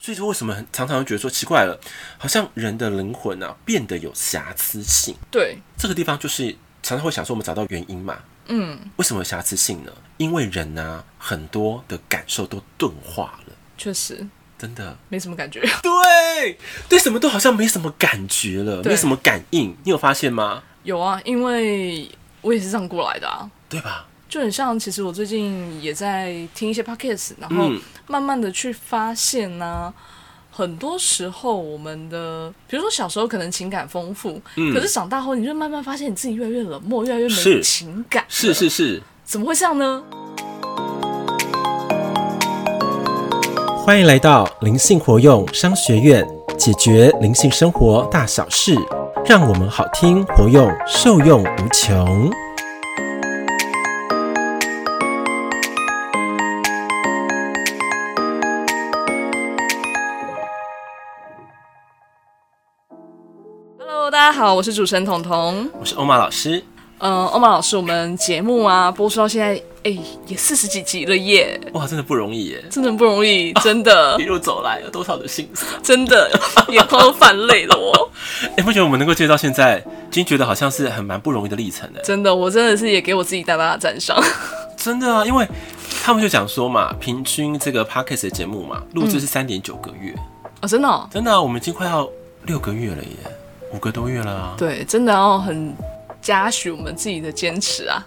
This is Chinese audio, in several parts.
所以说为什么常常会觉得说奇怪了，好像人的灵魂啊变得有瑕疵性。对，这个地方就是常常会想说我们找到原因嘛，嗯，为什么有瑕疵性呢？因为人啊很多的感受都钝化了，确实真的。没什么感觉。 对，对什么都好像没什么感觉了，对没什么感应，你有发现吗？有啊，因为我也是这样过来的啊，对吧？就很像。其实我最近也在听一些 podcast，然后嗯慢慢的去发现呢、啊很多时候我们的，比如说小时候可能情感丰富，可是长大后你就慢慢发现你自己越来越冷漠，越来越嗯没是情感。是是，是。怎么会这样呢？欢迎来到灵性活用商学院，解决灵性生活大小事，让我们好听活用，受用无穷。 Hello，大家好，我是主持人彤彤。我是欧玛老师，嗯，欧玛老师，我们节目啊播出到现在，哎、也四十几集了耶，哇，真的不容易耶，真的不容易，真的一路走来有多少的心 酸？真的 眼眶都泛泪了我。哎，不觉得我们能够接到现在，已经觉得好像是很蛮不容易的历程的。真的，我真的是也给我自己大大的赞赏。真的啊，因为他们就讲说嘛，平均这个 podcast 的节目嘛，录制是三点九个月， 哦，真的、哦，真的啊，我们已经快要六个月了耶，五个多月了啊。对，真的要很嘉许我们自己的坚持啊。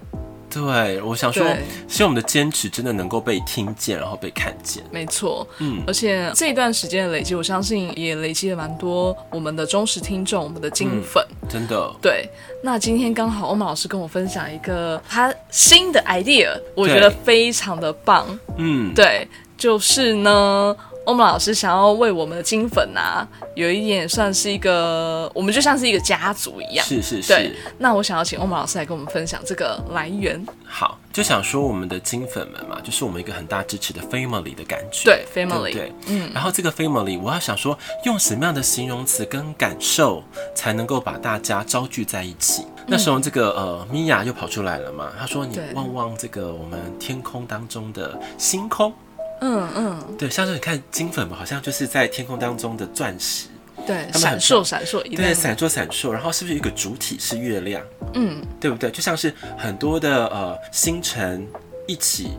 对，我想说对，希望我们的坚持真的能够被听见，然后被看见。没错，嗯而且这一段时间的累积，我相信也累积了蛮多我们的忠实听众，我们的金粉。真的，对，那今天刚好欧玛老师跟我分享一个他新的 idea，我觉得对非常的棒。嗯，对，就是呢，欧玛老师想要为我们的金粉啊，有一点算是一个，我们就像是一个家族一样。是是对是，，那我想要请欧玛老师来跟我们分享这个来源。好，就想说我们的金粉们嘛，就是我们一个很大支持的 family 的感觉，对对不，family，对？嗯。然后这个 family，我要想说，用什么样的形容词跟感受，才能够把大家招聚在一起？那时候这个呃，米娅又跑出来了嘛，她说你嗯对望望这个我们天空当中的星空，嗯嗯，对，像是你看金粉们好像就是在天空当中的钻石，对，他们闪很烁闪烁，一对，亮闪烁闪烁，然后是不是有一个主体是月亮？嗯，对不对？就像是很多的呃星辰一起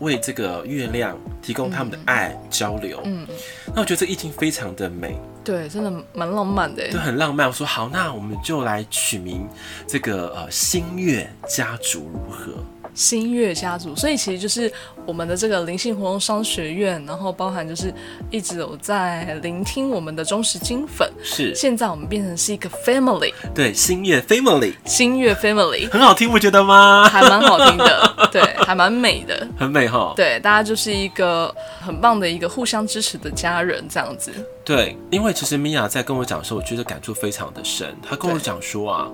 为这个月亮提供他们的嗯爱交流。嗯，那我觉得这个意境非常的美，对，真的蛮浪漫的耶。就很浪漫。我说好，那我们就来取名这个呃星月家族如何？星月家族，所以其实就是我们的这个灵性活动商学院，然后包含就是一直有在聆听我们的忠实金粉。是现在我们变成是一个 family，对星月 family 星月 family 很好听，不觉得吗？ 还蛮好听的，对，还蛮美的，很美哈。对，大家就是一个很棒的一个互相支持的家人这样子，对，因为其实米娅在跟我讲的时候，我觉得感触非常的深。她跟我对讲说啊，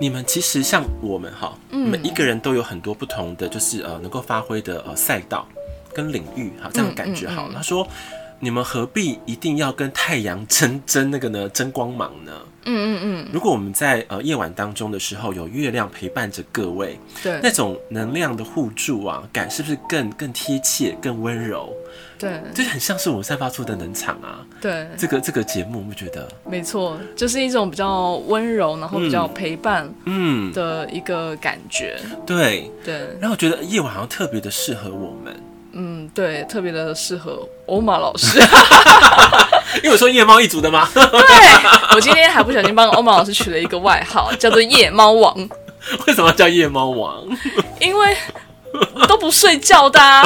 你们其实像我们哈，嗯每一个人都有很多不同的，就是呃能够发挥的呃赛道跟领域哈，这样的感觉好嗯嗯了。她说，你们何必一定要跟太阳争争那个呢争光芒呢？嗯嗯如果我们在呃夜晚当中的时候有月亮陪伴着各位，嗯，对那种能量的互助啊，感是不是更更贴切、更温柔？对就是很像是我们散发出的能场啊。对，这个这个节目，我们觉得。没错，就是一种比较温柔，然后比较陪伴嗯，的一个感觉，对。对，然后我觉得夜晚好像特别的适合我们，嗯，对，特别的适合欧玛老师。 因为我说夜猫一族的嘛，对我今天还不小心帮欧玛老师取了一个外号，叫做夜猫王， 为什么要叫夜猫王？因为都不睡觉的、啊，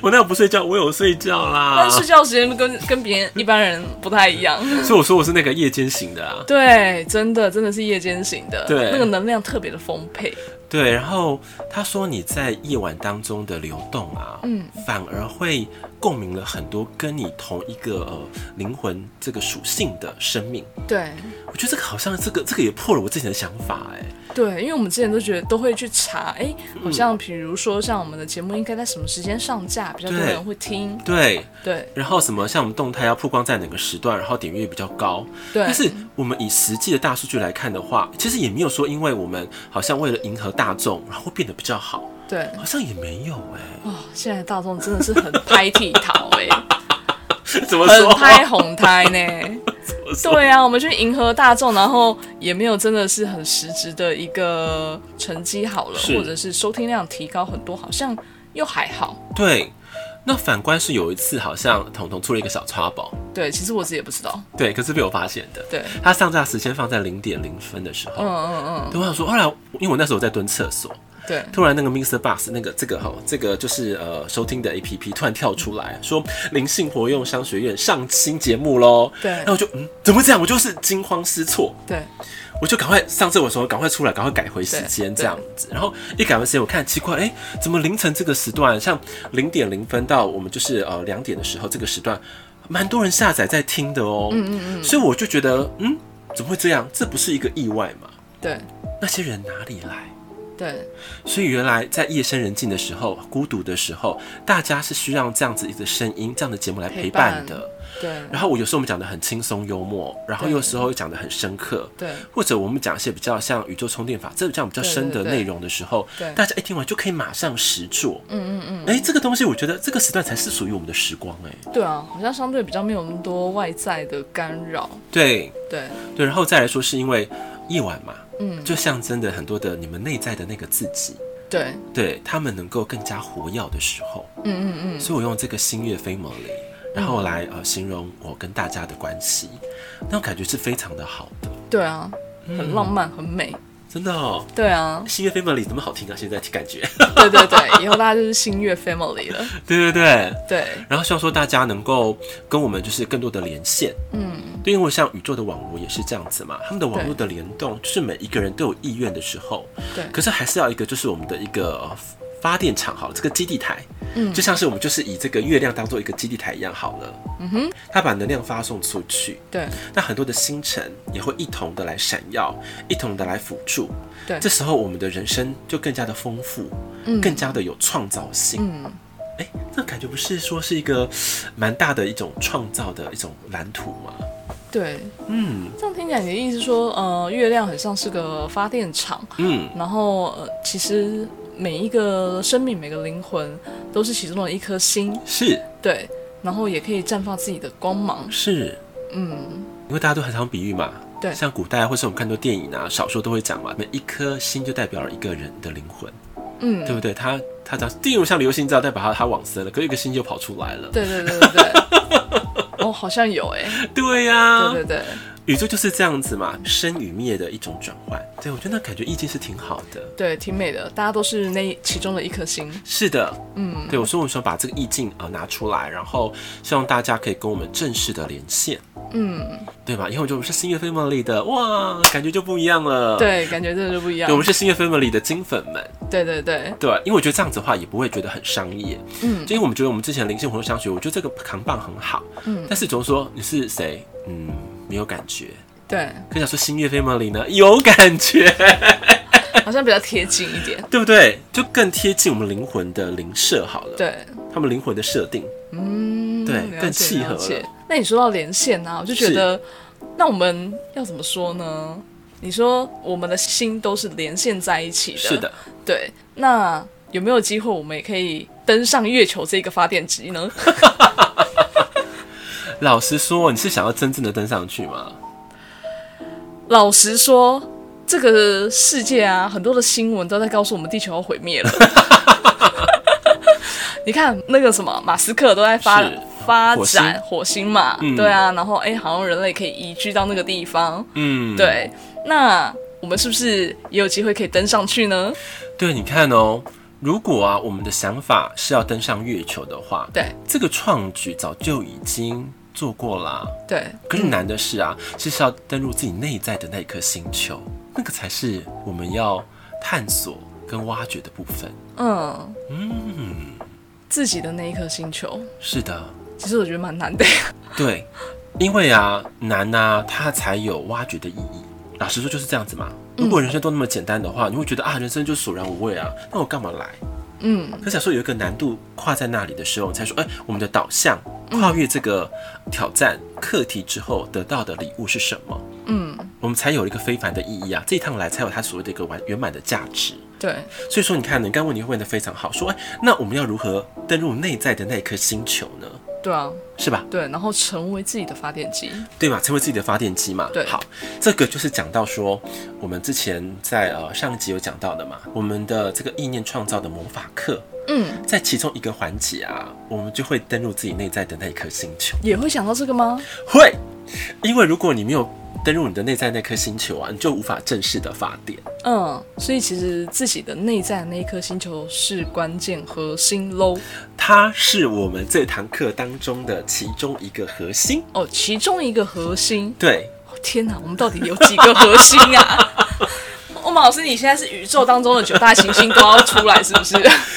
我那不睡觉，我有睡觉啦但。睡觉时间跟跟别人一般人不太一样。所以我说我是那个夜间型的啊。对，真的真的是夜间型的，对那个能量特别的丰沛。对，然后他说你在夜晚当中的流动啊，嗯，反而会共鸣了很多跟你同一个呃灵魂这个属性的生命。对我觉得这个好像这个这个也破了我自己的想法哎、对，因为我们之前都觉得都会去查，哎、嗯好像比如说像我们的节目应该在什么时间上架，比较多对人会听。对，对然后什么像我们动态要曝光在哪个时段，然后点阅比较高。对，但是我们以实际的大数据来看的话，其实也没有说因为我们好像为了迎合大众，然后变得比较好，对哦好像也没有哎、哦，现在大众真的是很拍剃头哎、 怎么很说？胎哄胎呢。对啊，我们去迎合大众，然后也没有真的是很实质的一个成绩好了，是或者是收听量提高很多，好像又还好。对，那反观是有一次好像彤彤出了一个小插宝，对，其实我自己也不知道。对，可是被我发现的。对，他上架时间放在零点零分的时候，嗯嗯对，我想说，后来因为我那时候在蹲厕所，嗯，对，突然那个 Mr. Bus 那个这个哈，这个就是呃收听的 APP 突然跳出来说灵性活用商学院上新节目喽。对然后我就嗯怎么会这样？我就是惊慌失措，对，我就赶快上厕所的时候赶快出来，赶快改回时间对这样子。然后一改回时间，我看奇怪，哎、怎么凌晨这个时段，像零点零分到我们就是呃两点的时候这个时段，蛮多人下载在听的哦。嗯嗯嗯。所以我就觉得嗯怎么会这样？这不是一个意外吗？对，那些人哪里来？对，所以原来在夜深人静的时候、孤独的时候，大家是需要这样子一个声音、这样的节目来陪伴的。陪对，然后我有时候我们讲的很轻松幽默，然后对有时候又讲的很深刻，对，或者我们讲一些比较像宇宙充电法这样比较深的对对对内容的时候，对大家一听完就可以马上实做。嗯嗯嗯，哎、这个东西我觉得这个时段才是属于我们的时光哎、对啊，好像相对比较没有那么多外在的干扰。对对，对，然后再来说是因为夜晚嘛，嗯，就象征着很多的你们内在的那个自己，对，对他们能够更加活跃的时候。嗯嗯嗯，所以我用这个星月飞魔铃，然后来呃形容我跟大家的关系，那种感觉是非常的好的，对啊，很浪漫，很美。真的哦。，对啊星月飞魔铃怎么好听啊？现在感觉， 对对对，以后大家就是星月 family 了。对对对。对，然后希望说大家能够跟我们就是更多的连线，嗯，对，因为像宇宙的网络也是这样子嘛，他们的网络的联动就是每一个人都有意愿的时候，对，可是还是要一个就是我们的一个呃发电厂好了，这个基地台，嗯，就像是我们就是以这个月亮当做一个基地台一样好了，嗯哼，它把能量发送出去，对，那很多的星辰也会一同的来闪耀，一同的来辅助。对这时候我们的人生就更加的丰富，嗯更加的有创造性。嗯，哎、这感觉不是说是一个蛮大的一种创造的一种蓝图吗？对。嗯这样听起来，你的意思是说，呃，月亮很像是个发电厂，嗯，然后呃，其实每一个生命、每个灵魂都是其中的一颗星，是对，然后也可以绽放自己的光芒，是，嗯，因为大家都很常比喻嘛。对像古代或是我们看很多电影啊、小说都会讲嘛，每一颗星就代表了一个人的灵魂，嗯，对不对？他他讲地如像流星，你知道代表他他往生了，可有一个星就跑出来了。对对对对对， 哦，好像有哎、对呀、对对对，宇宙就是这样子嘛，生与灭的一种转换。对我觉得那感觉意境是挺好的。对，挺美的，大家都是那其中的一颗星，是的，嗯，对我说我想把这个意境啊、呃拿出来，然后希望大家可以跟我们正式的连线，嗯，对吧？以后我就是星月 family 的，哇，感觉就不一样了。。对，啊感觉真的就不一样对，我，们是星月 family 的金粉们，对对对，对，因为我觉得这样子的话也不会觉得很商业，嗯就因为我们觉得我们之前灵性活动相学，我觉得这个扛棒很好，嗯但是总说你是谁，嗯，没有感觉，对，跟你讲说星月 family 呢 有感觉，好像比较贴近一 点，对不对？就更贴近我们灵魂的灵设好了，对，他们灵魂的设定，嗯，对了解更契合了解了那你说到连线啊，我就觉得，那我们要怎么说呢？你说我们的心都是连线在一起的，是，的，对。那有没有机会我们也可以登上月球这个发电机呢？老实说，你是想要真正的登上去吗？老实说，这个世界啊，很多的新闻都在告诉我们地球要毁灭了。 你看那个什么，马斯克都在发是发火星展火星嘛，嗯对啊，然后哎、好像人类可以移居到那个地方，嗯，对，那我们是不是也有机会可以登上去呢？对，你看哦，如果啊，我们的想法是要登上月球的话，对这个创举早就已经做过啦。对可是难的是啊，就是要登入自己内在的那一颗星球，那个才是我们要探索跟挖掘的部分。嗯，嗯，自己的那一颗星球，是的，其实我觉得蛮难的。 对，因为啊难啊，它才有挖掘的意义。老实说就是这样子嘛。如果人生都那么简单的话，你会觉得啊，人生就索然无味啊，那我干嘛来？嗯，可假如说有一个难度跨在那里的时候，你才说，哎、我们的导向跨越这个挑战课题之后得到的礼物是什么？嗯，我们才有一个非凡的意义啊！这一趟来才有它所谓的一个完圆满的价值。对所以说，你看，你刚刚问题问的非常好，说，哎、那我们要如何登入内在的那一颗星球呢？对啊，是吧？对，然后成为自己的发电机，对嘛，成为自己的发电机嘛。对好，这个就是讲到说，我们之前在呃上一集有讲到的嘛，我们的这个意念创造的魔法课，嗯，在其中一个环节啊，我们就会登入自己内在的那一颗星球。也会想到这个吗？会，因为如果你没有登入你的内在那颗星球啊，你就无法正式的发电。嗯，所以其实自己的内在那一颗星球是关键核心喽。它是我们这堂课当中的其中一个核心。哦，其中一个核心，对，哦、天哪，我们到底有几个核心 啊？欧马老师，你现在是宇宙当中的九大行星都要出来，是 不是？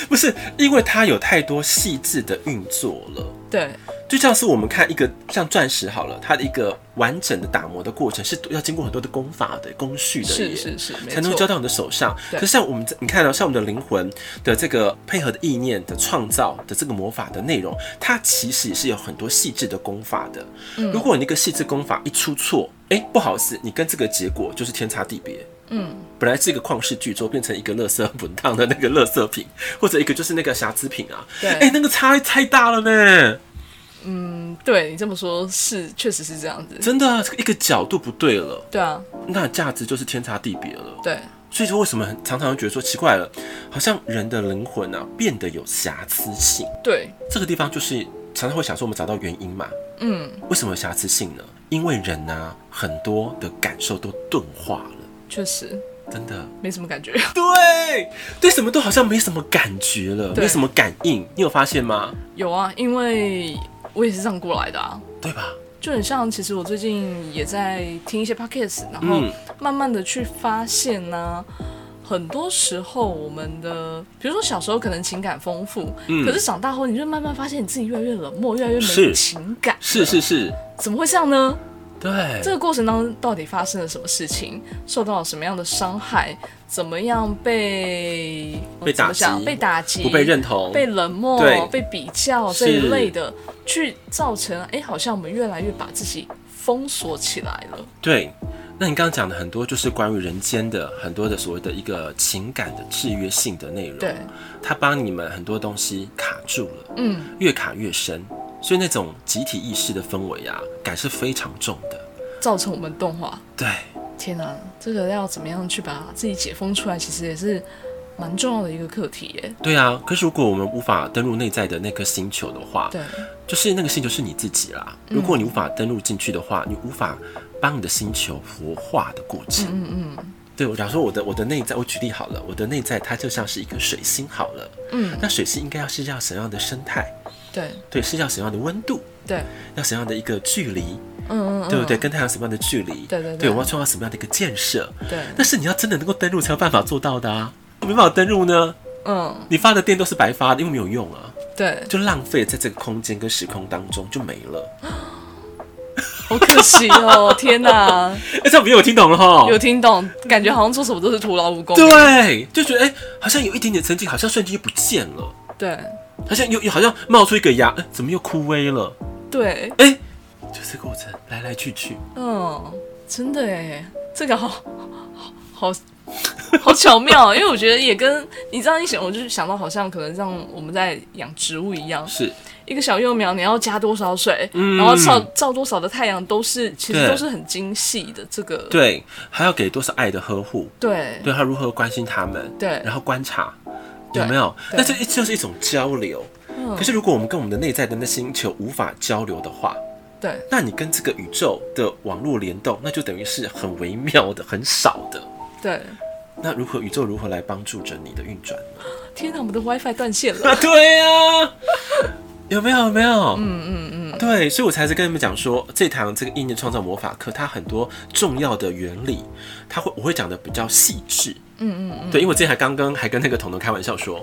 不是因为它有太多细致的运作了。对，就像是我们看一个像钻石好了，它的一个完整的打磨的过程是要经过很多的功法的工序的耶，是是是，没才能够交错。到你的手上。对可是像我们这，你看到、像我们的灵魂的这个配合的意念的创造的这个魔法的内容，它其实也是有很多细致的功法的。嗯如果你一个细致功法一出错，哎、不好意思，你跟这个结果就是天差地别。嗯，本来是一个旷世巨作，变成一个垃圾滚烫的那个垃圾品，或者一个就是那个瑕疵品啊。对哎、那个差太大了呢。对你这么说，是确实是这样子。真的啊一个角度不对了，对啊，那价值就是天差地别了。对，所以说，为什么很常常会觉得说奇怪了，好像人的灵魂啊变得有瑕疵性，对，这个地方就是常常会想说我们找到原因嘛？嗯，为什么有瑕疵性呢？因为人啊很多的感受都钝化了，确实真的。没什么感觉。 对，对什么都好像没什么感觉了，对没什么感应，你有发现吗？有啊，因为我也是这样过来的啊。对吧？就很像，其实我最近也在听一些 podcast，然后嗯慢慢的去发现呢、很多时候我们的，比如说小时候可能情感丰富，嗯可是长大后你就慢慢发现你自己越来越冷漠，越来越没是情感，是是是，怎么会这样呢？对，这个过程当中到底发生了什么事情？受到了什么样的伤害？怎么样被呃被怎打么讲击，被打击，不被认同，被冷漠、对被比较是这一类的，去造成哎、诶好像我们越来越把自己封锁起来了。对，那你刚刚讲的很多就是关于人间的很多的所谓的一个情感的制约性的内容，对，它帮你们很多东西卡住了，嗯，越卡越深，所以那种集体意识的氛围啊，感是非常重的。造成我们动画。对，天哪、这个要怎么样去把自己解封出来，其实也是蛮重要的一个课题耶。对啊。可是如果我们无法登入内在的那颗星球的话，对，嗯就是那个星球是你自己啦。如果你无法登入进去的话，你无法帮你的星球活化的过程。嗯嗯对，我假如说我的我的内在，我举例好了，我的内在它就像是一个水星好了，嗯，那水星应该要是要什么样的生态？对对，是要什么样的温度？对，要什么样的一个距离？嗯嗯嗯，对不对？跟太阳什么样的距离？对对对对，我们要创造什么样的一个建设？对，但是你要真的能够登录，才有办法做到的啊！没办法登录呢，嗯你发的电都是白发的，因为没有用啊，对，就浪费在这个空间跟时空当中就没了。好可惜哦！ 天哪，哎，这样别有听懂了哈？有听懂？感觉好像做什么都是徒劳无功。对，就觉得哎、好像有一点点成绩，好像瞬间就不见了，对好像又又好像冒出一个芽，哎怎么又枯萎了？对，哎，就这个过程来来去去。嗯，真的哎，这个好好好好巧妙，因为我觉得也跟你这样一想，我就想到好像可能像我们在养植物一样，是，一个小幼苗你要加多少水，然后照照多少的太阳，都是其实嗯对都是很精细的这个对，还要给多少爱的呵护，对对他如何关心他们，对然后观察，对有没有？对那这就是一种交流。可是如果我们跟我们的内在的那星球无法交流的话，对那你跟这个宇宙的网络联动，那就等于是很微妙的、很少的。对，那如何宇宙如何来帮助着你的运转呢？天哪，我们的 WiFi 断线了， 啊，对呀、有没有？有没有？嗯嗯嗯，对，所以我才是跟你们讲说，这堂这个意念创造魔法课，它很多重要的原理，它会我会讲的比较细致。嗯嗯嗯，对，因为我之前还刚刚还跟那个彤彤开玩笑说，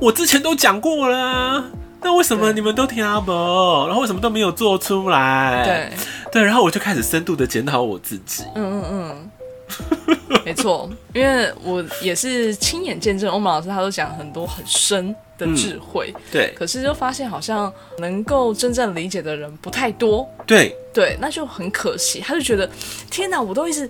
我之前都讲过了啊，那为什么对你们都听不懂，然后为什么都没有做出来？嗯对，对对，然后我就开始深度的检讨我自己。嗯嗯 嗯，没错，因为我也是亲眼见证欧盟老师，他都讲很多很深的智慧。对可是就发现好像能够真正理解的人不太多，对对，那就很可惜。他就觉得，天哪，我都一直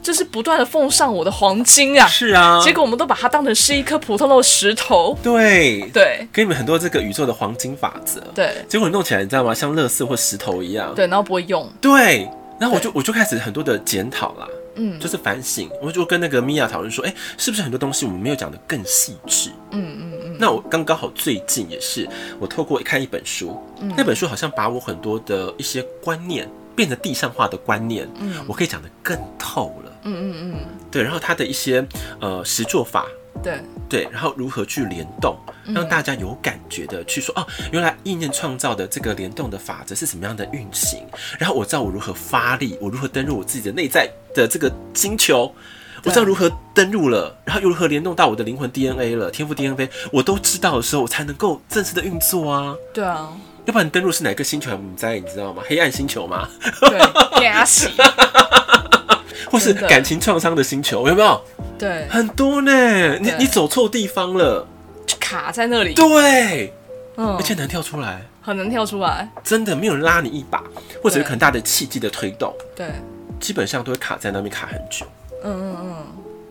这是不断的奉上我的黄金啊！是啊，结果我们都把它当成是一颗普通的石头。对对给你们很多这个宇宙的黄金法则，对结果你弄起来，你知道吗？像乐色或石头一样，对，然后不会用，对，然后我就我就开始很多的检讨啦，嗯就是反省。我就跟那个米娅讨论说，哎、是不是很多东西我们没有讲的更细致？嗯嗯嗯，那我刚刚好最近也是，我透过看一本书，嗯那本书好像把我很多的一些观念变得地上化的观念，嗯我可以讲得更透了。嗯嗯嗯，对，然后它的一些呃实作法，对，对，然后如何去联动，嗯让大家有感觉的去说，哦，原来意念创造的这个联动的法则是什么样的运行，然后我知道我如何发力，我如何登入我自己的内在的这个星球，我知道如何登入了，然后又如何联动到我的灵魂 DNA 了，天赋 DNA，我都知道的时候，我才能够正式的运作啊，对啊，要不然登入是哪个星球我们在你知道吗？黑暗星球吗？对，给他洗，或是真的感情创伤的星球，有没有？对，很多呢，你对你走错地方了，就卡在那里，对，嗯而，且难跳出来。很难跳出来，真的没有人拉你一把，或者有对很大的契机的推动，对，基本上都会卡在那边卡很久。嗯嗯嗯，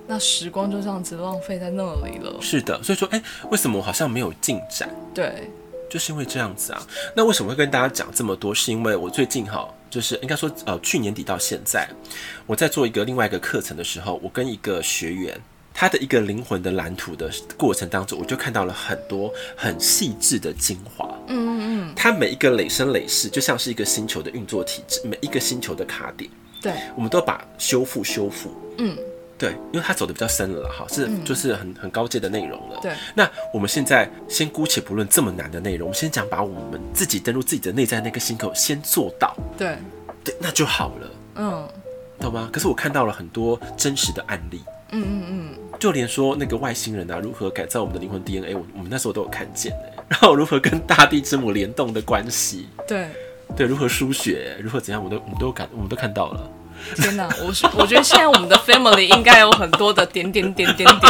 那时光就这样子浪费在那里了，是的，所以说，哎、为什么我好像没有进展？对，就是因为这样子啊。那为什么会跟大家讲这么多？是因为我最近哈，就是应该说，呃，去年底到现在，我在做一个另外一个课程的时候，我跟一个学员。他的一个灵魂的蓝图的过程当中，我就看到了很多很细致的精华。嗯嗯它每一个累生累世，就像是一个星球的运作体制，每一个星球的卡点，嗯，对，我们都把修复修复，嗯，对，因为他走的比较深了啦，哈，是就是很很高阶的内容了。对，那我们现在先姑且不论这么难的内容，我们先讲把我们自己登入自己的内在那个心口先做到，对，对，那就好了，嗯懂吗？可是我看到了很多真实的案例，嗯嗯嗯，就连说那个外星人啊，如何改造我们的灵魂 DNA，我我们那时候都有看见的、 然后如何跟大地之母联动的关系，对。对，如何输血，如何怎样，我都我们都感我们都看到了。 天哪，我是我觉得现在我们的 family 应该有很多的点点点点点，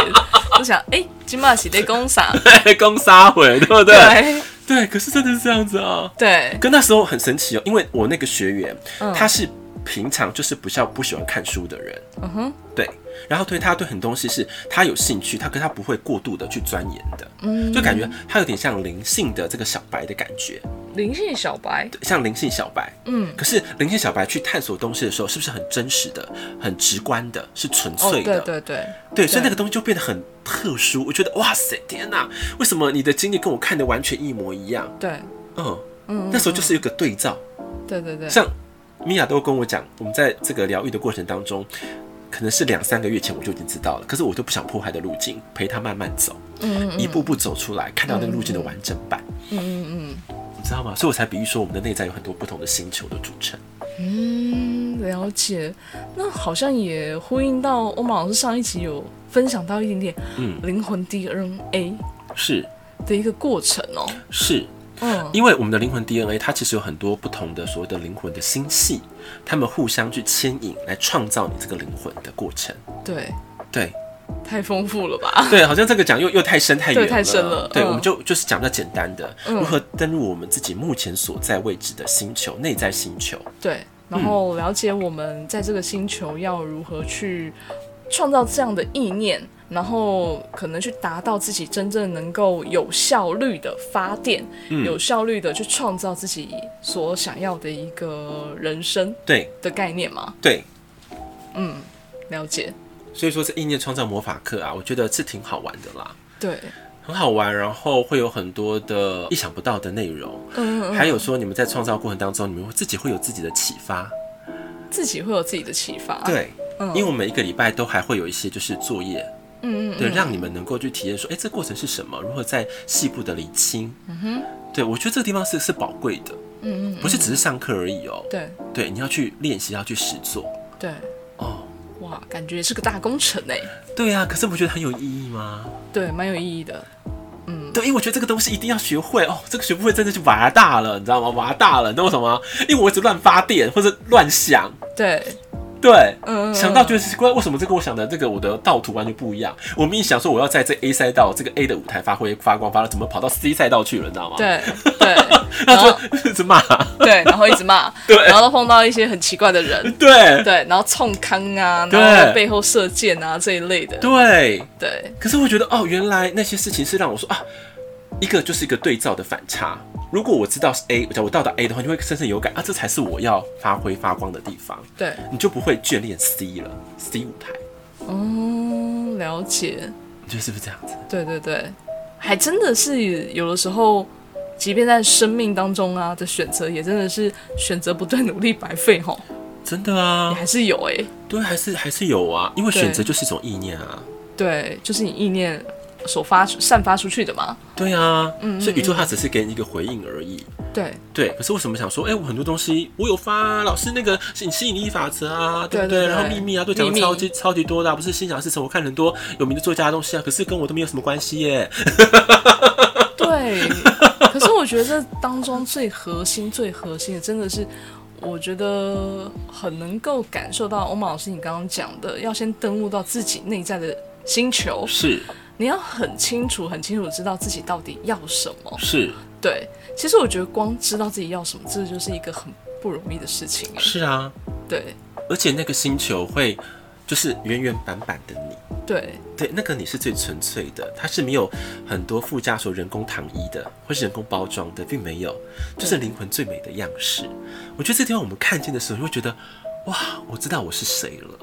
就想哎，金马喜得公啥？攻杀回，对不对？对对，可是真的是这样子啊。对，跟那时候很神奇哦，因为我那个学员，嗯他是平常就是不像不喜欢看书的人，嗯哼，对，然后对他对很多东西是他有兴趣，他跟他不会过度的去钻研的，嗯，就感觉他有点像灵性的这个小白的感觉，灵性小白，像灵性小白。嗯，可是灵性小白去探索东西的时候，是不是很真实的、很直观的、是纯哦，粹的？对对对，对，所以那个东西就变得很特殊。我觉得哇塞，天哪，为什么你的经历跟我看的完全一模一样？对，嗯，嗯，那时候就是有个对照。对对对，像米娅都跟我讲，我们在这个疗愈的过程当中，可能是两三个月前我就已经知道了，可是我就不想破坏的路径，陪她慢慢走，嗯嗯一步步走出来，看到那个路径的完整版，嗯嗯你知道吗？所以我才比喻说，我们的内在有很多不同的星球的组成。嗯嗯，了解。那好像也呼应到欧玛老师上一集有分享到一点点嗯，灵魂 DNA 是的一个过程哦，是，嗯，因为我们的灵魂 DNA 它其实有很多不同的所谓的灵魂的星系，它们互相去牵引来创造你这个灵魂的过程。对，对太丰富了吧？ 对，好像这个讲又又太深太远对太深了对，嗯我们就就是讲比较简单的，嗯如何登入我们自己目前所在位置的星球，内在星球。对，然后嗯了解我们在这个星球要如何去创造这样的意念，然后可能去达到自己真正能够有效率的发电，嗯有效率的去创造自己所想要的一个人生对的概念嘛。对，嗯，了解。所以说这意念创造魔法课啊，我觉得是挺好玩的啦，对，很好玩，然后会有很多的意想不到的内容，嗯，嗯嗯还有说你们在创造过程当中，你们会自己会有自己的启发。自己会有自己的启发。，对，嗯因为我们每一个礼拜都还会有一些就是作业，嗯嗯对，让你们能够去体验说，哎、这过程是什么？如何在细部的理清？嗯哼，对我觉得这个地方是是宝贵的，嗯嗯，不是只是上课而已哦、对对，你要去练习，要去实做对，哦。哇，感觉是个大工程哎。对啊，可是我觉得很有意义吗？对，蛮有意义的。嗯，对，因为我觉得这个东西一定要学会哦，这个学不会真的就娃大了，你知道吗？娃大了，你懂我什么吗？因为我一直乱发电或者乱想，对，对，嗯，想到觉得奇怪，为什么这跟我想的这个我的道途完全不一样？我明明想说我要在这 A 赛道这个 A 的舞台发挥发光发热，怎么跑到 C 赛道去了？你知道吗？， 对对，他然后说 一直骂， 对，然后一直骂， 对然后都碰到一些很奇怪的人，对对，然后冲康啊，对然后背后射箭啊这一类的，对。对，可是我觉得哦，原来那些事情是让我说啊，一个就是一个对照的反差。如果我知道是 A，我到达 A 的话，你会深深有感啊，这才是我要发挥发光的地方，对，你就不会眷恋 C 了，C 舞台，哦，了解，你觉得是不是这样子？对对对，还真的是有的时候。即便在生命当中啊的选择，也真的是选择不对，努力白费吼，真的啊也，还是有哎、对，还是还是有啊，因为选择就是一种意念啊。对，就是你意念所发散发出去的嘛，对啊，嗯嗯所以宇宙它只是给你一个回应而已。对，对，可是为什么想说，哎、我很多东西我有发、老师那个吸吸引力法则啊，对不对对对然后秘密啊，对，讲的秘密超级超级多的、啊，不是心想事成，我看很多有名的作家的东西啊，可是跟我都没有什么关系耶。对，可是我觉得这当中最核心、最核心的，真的是我觉得很能够感受到欧玛老师你刚刚讲的，要先登录到自己内在的星球，是你要很清楚、很清楚知道自己到底要什么。是对，其实我觉得光知道自己要什么，这就是一个很不容易的事情。哎是啊，对而且那个星球会就是原原版版的你。对对，那个你是最纯粹的，它是没有很多附加所人工糖衣的，或是人工包装的，并没有，就是对灵魂最美的样式。我觉得这地方我们看见的时候，你会觉得，哇，我知道我是谁了。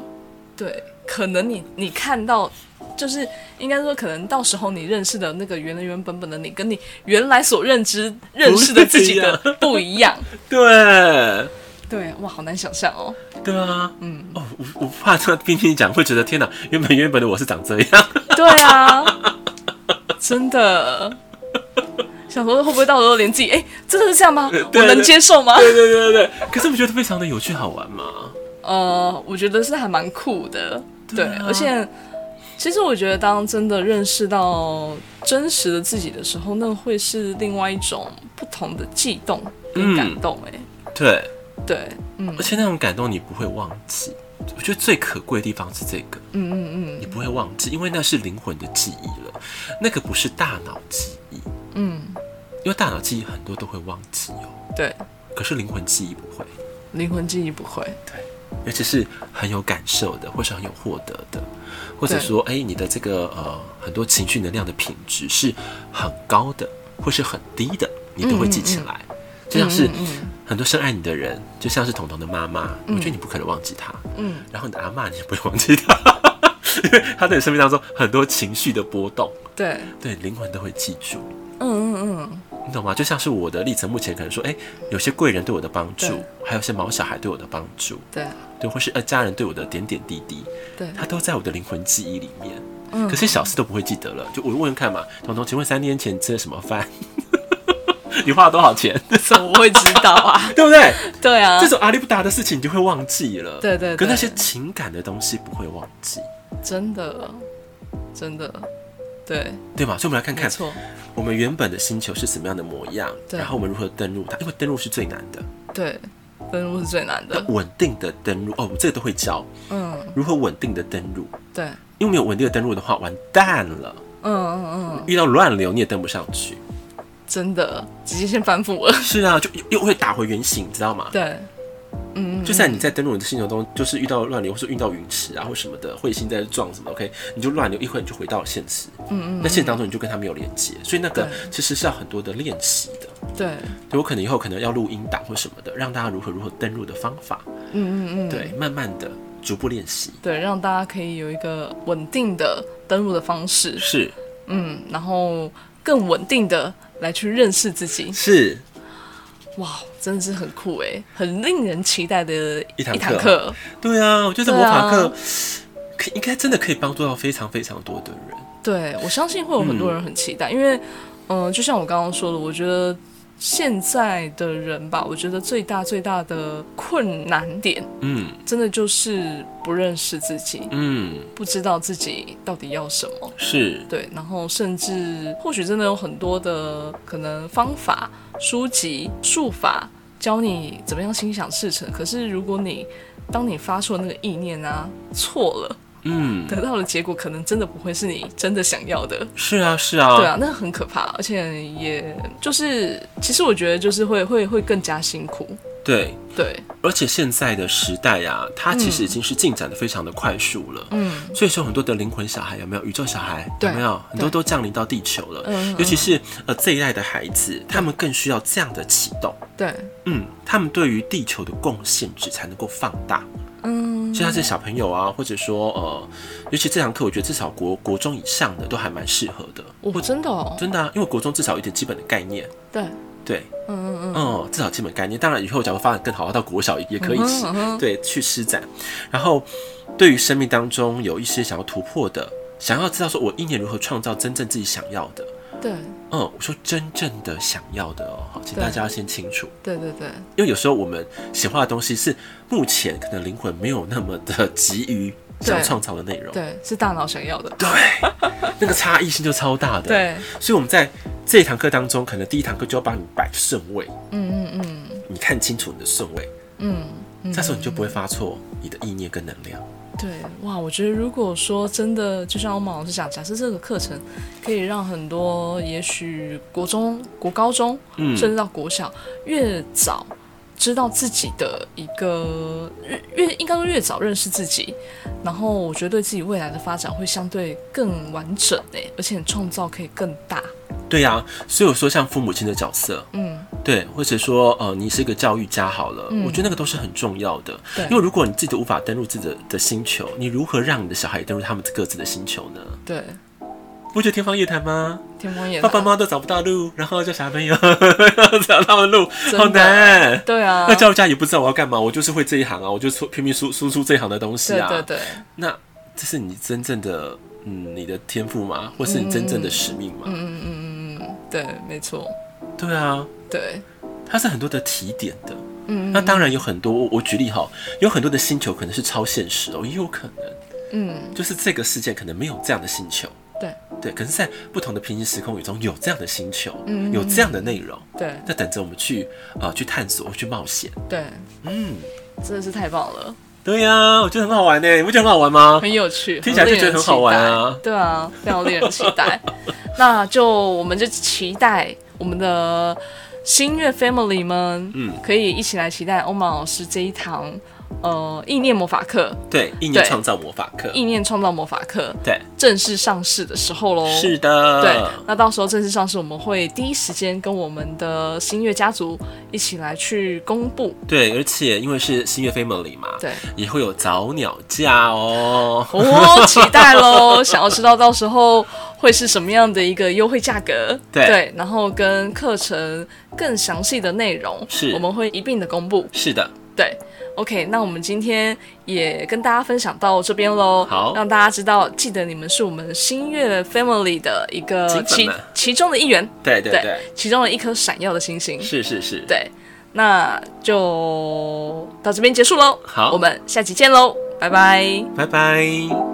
对，可能你你看到。就是应该说，可能到时候你认识的那个原原本本的你，跟你原来所认知认识的自己的不一样不一样。对， 对，哇，好难想象哦。对啊，嗯，哦，我我怕这样听听你讲，会觉得天哪，原本原本的我是长这样。对啊，真的。想说会不会到时候连自己哎、真的是这样吗？对我能接受吗？对对对对对，可是我觉得非常的有趣好玩嘛。呃，我觉得是还蛮酷的，对，对啊而且其实我觉得当真的认识到真实的自己的时候，那会是另外一种不同的悸动跟感动、哎、对，对，嗯而且那种感动你不会忘记。我觉得最可贵的地方是这个，嗯嗯你不会忘记，因为那是灵魂的记忆了，那个不是大脑记忆，嗯嗯，因为大脑记忆很多都会忘记哦，对，可是灵魂记忆不会，灵魂记忆不会，尤其是很有感受的，或是很有获得的，或者对说，哎、你的这个呃很多情绪能量的品质是很高的，或是很低的，你都会记起来。就像是嗯嗯嗯很多深爱你的人，就像是彤彤的妈妈，我觉得你不可能忘记她。嗯，然后你的阿嬷，你也不会忘记她， 因为她在你生命当中很多情绪的波动，对，对灵魂都会记住。嗯嗯嗯。你懂吗？就像是我的历程，目前可能说，哎、有些贵人对我的帮助对，还有一些毛小孩对我的帮助，对对，或是呃家人对我的点点滴滴，对，它都在我的灵魂记忆里面。嗯可是小事都不会记得了。就我问问看嘛，彤彤，请问三天前吃了什么饭？ 你花了多少钱？ 怎么会知道啊？对不对？对啊这，种阿里不达的事情你就会忘记了。对对对可那些情感的东西不会忘记，真的，真的，对，对吗？所以我们来看没看错，我们原本的星球是什么样的模样，对然后我们如何登录它，因为登录是最难的，对，登录是最难的。稳定的登录哦，我这个都会教。嗯，如何稳定的登录，对，因为没有稳定的登录的话，完蛋了，嗯嗯嗯，遇到乱流你也登不上去。真的，直接先反腐了。是啊，就又又会打回原形，你知道吗？ 对，嗯，就算你在登录你的星球中，就是遇到乱流，或是遇到陨石啊，或什么的，彗星在撞什么，OK，你就乱流一会，你就回到了现实。嗯嗯，那现实当中你就跟它没有连接，所以那个对其实是要很多的练习的。对，对我可能以后可能要录音档或什么的，让大家如何如何登录的方法，嗯嗯嗯，对，慢慢的逐步练习。对，让大家可以有一个稳定的登录的方式，是嗯，然后更稳定的来去认识自己。是，哇，真的是很酷哎，很令人期待的一堂一堂课课。对啊，我觉得对魔法啊课可应该真的可以帮助到非常非常多的人。对，我相信会有很多人很期待，因为，嗯、就像我刚刚说的，我觉得现在的人吧，我觉得最大最大的困难点，嗯真的就是不认识自己，嗯，不知道自己到底要什么。是对，然后甚至或许真的有很多的可能方法、书籍、术法教你怎么样心想事成。可是如果你当你发出的那个意念啊错了，嗯，得到的结果可能真的不会是你真的想要的。是啊，是啊，对啊，那很可怕，而且也就是，其实我觉得就是会会会更加辛苦。对对，而且现在的时代啊，它其实已经是进展的非常的快速了。嗯，所以说，很多的灵魂小孩有没有宇宙小孩对有没有很多对都降临到地球了嗯嗯，尤其是呃这一代的孩子，他们更需要这样的启动，对，嗯，他们对于地球的贡献值才能够放大。嗯，就像是小朋友啊，或者说呃，尤其这堂课，我觉得至少国国中以上的都还蛮适合的，我真的哦，真的、啊，因为国中至少有一点基本的概念，对，对，嗯嗯嗯，嗯，至少基本概念。当然，以后假如发展更好，到国小也可以嗯哼嗯哼对去施展。然后，对于生命当中有一些想要突破的，想要知道说我一年如何创造真正自己想要的。对嗯，我说真正的想要的哦，好，请对大家要先清楚，对对对，因为有时候我们显化的东西是目前可能灵魂没有那么的急于想对创造的内容，对，是大脑想要的。对，那个差异性就超大的。，对，所以我们在这一堂课当中，可能第一堂课就要帮你摆顺位，嗯嗯嗯你看清楚你的顺位，嗯嗯，这时候你就不会发错你的意念跟能量。对，哇，我觉得如果说真的，就像欧曼老师讲，假设这个课程可以让很多，也许国中、国高中，嗯甚至到国小，越早知道自己的一个越越应该说越早认识自己，然后我觉得对自己未来的发展会相对更完整诶，而且创造可以更大。对呀、所以我说像父母亲的角色，嗯，对，或者说呃，你是一个教育家好了，嗯我觉得那个都是很重要的。对因为如果你自己都无法登入自己的的星球，你如何让你的小孩也登入他们各自的星球呢？对，不觉得天方夜谭吗？天光也爸爸妈妈都找不到路，然后叫小朋友找他们路，好难。对啊，那教育家也不知道我要干嘛，我就是会这一行啊，我就出拼命输输出这一行的东西对啊。对对，那这是你真正的嗯你的天赋吗？或嗯是你真正的使命吗？对，没错，对啊，对，它是很多的提点的。嗯那当然有很多，我我举例哈，有很多的星球可能是超现实哦，也有可能嗯，就是这个世界可能没有这样的星球，对对，可是，在不同的平行时空宇中有这样的星球，嗯有这样的内容，对那等着我们去啊、呃去探索，去冒险。对，嗯，真的是太棒了。对呀、我觉得很好玩呢，你不觉得很好玩吗？很有趣，听起来就令人觉得很好玩啊期待对啊，非常令人期待。那就我们就期待我们的新月 family 们，嗯可以一起来期待欧玛老师这一堂呃意念魔法课、对，一年对创造魔法课，意念创造魔法课对，正式上市的时候喽。是的，对，那到时候正式上市，我们会第一时间跟我们的新月家族一起来去公布。对，而且因为是新月 family 嘛，对，也会有早鸟价哦。哦，期待 喽！想要知道到时候会是什么样的一个优惠价格，对然后跟课程更详细的内容，是我们会一并的公布。是的，对，OK，那我们今天也跟大家分享到这边喽，好让大家知道，记得你们是我们新月 Family 的一个金粉其们其中的一员，对对对对，其中的一颗闪耀的星星，是是是，对，那就到这边结束喽，好我们下期见喽，拜拜。拜拜。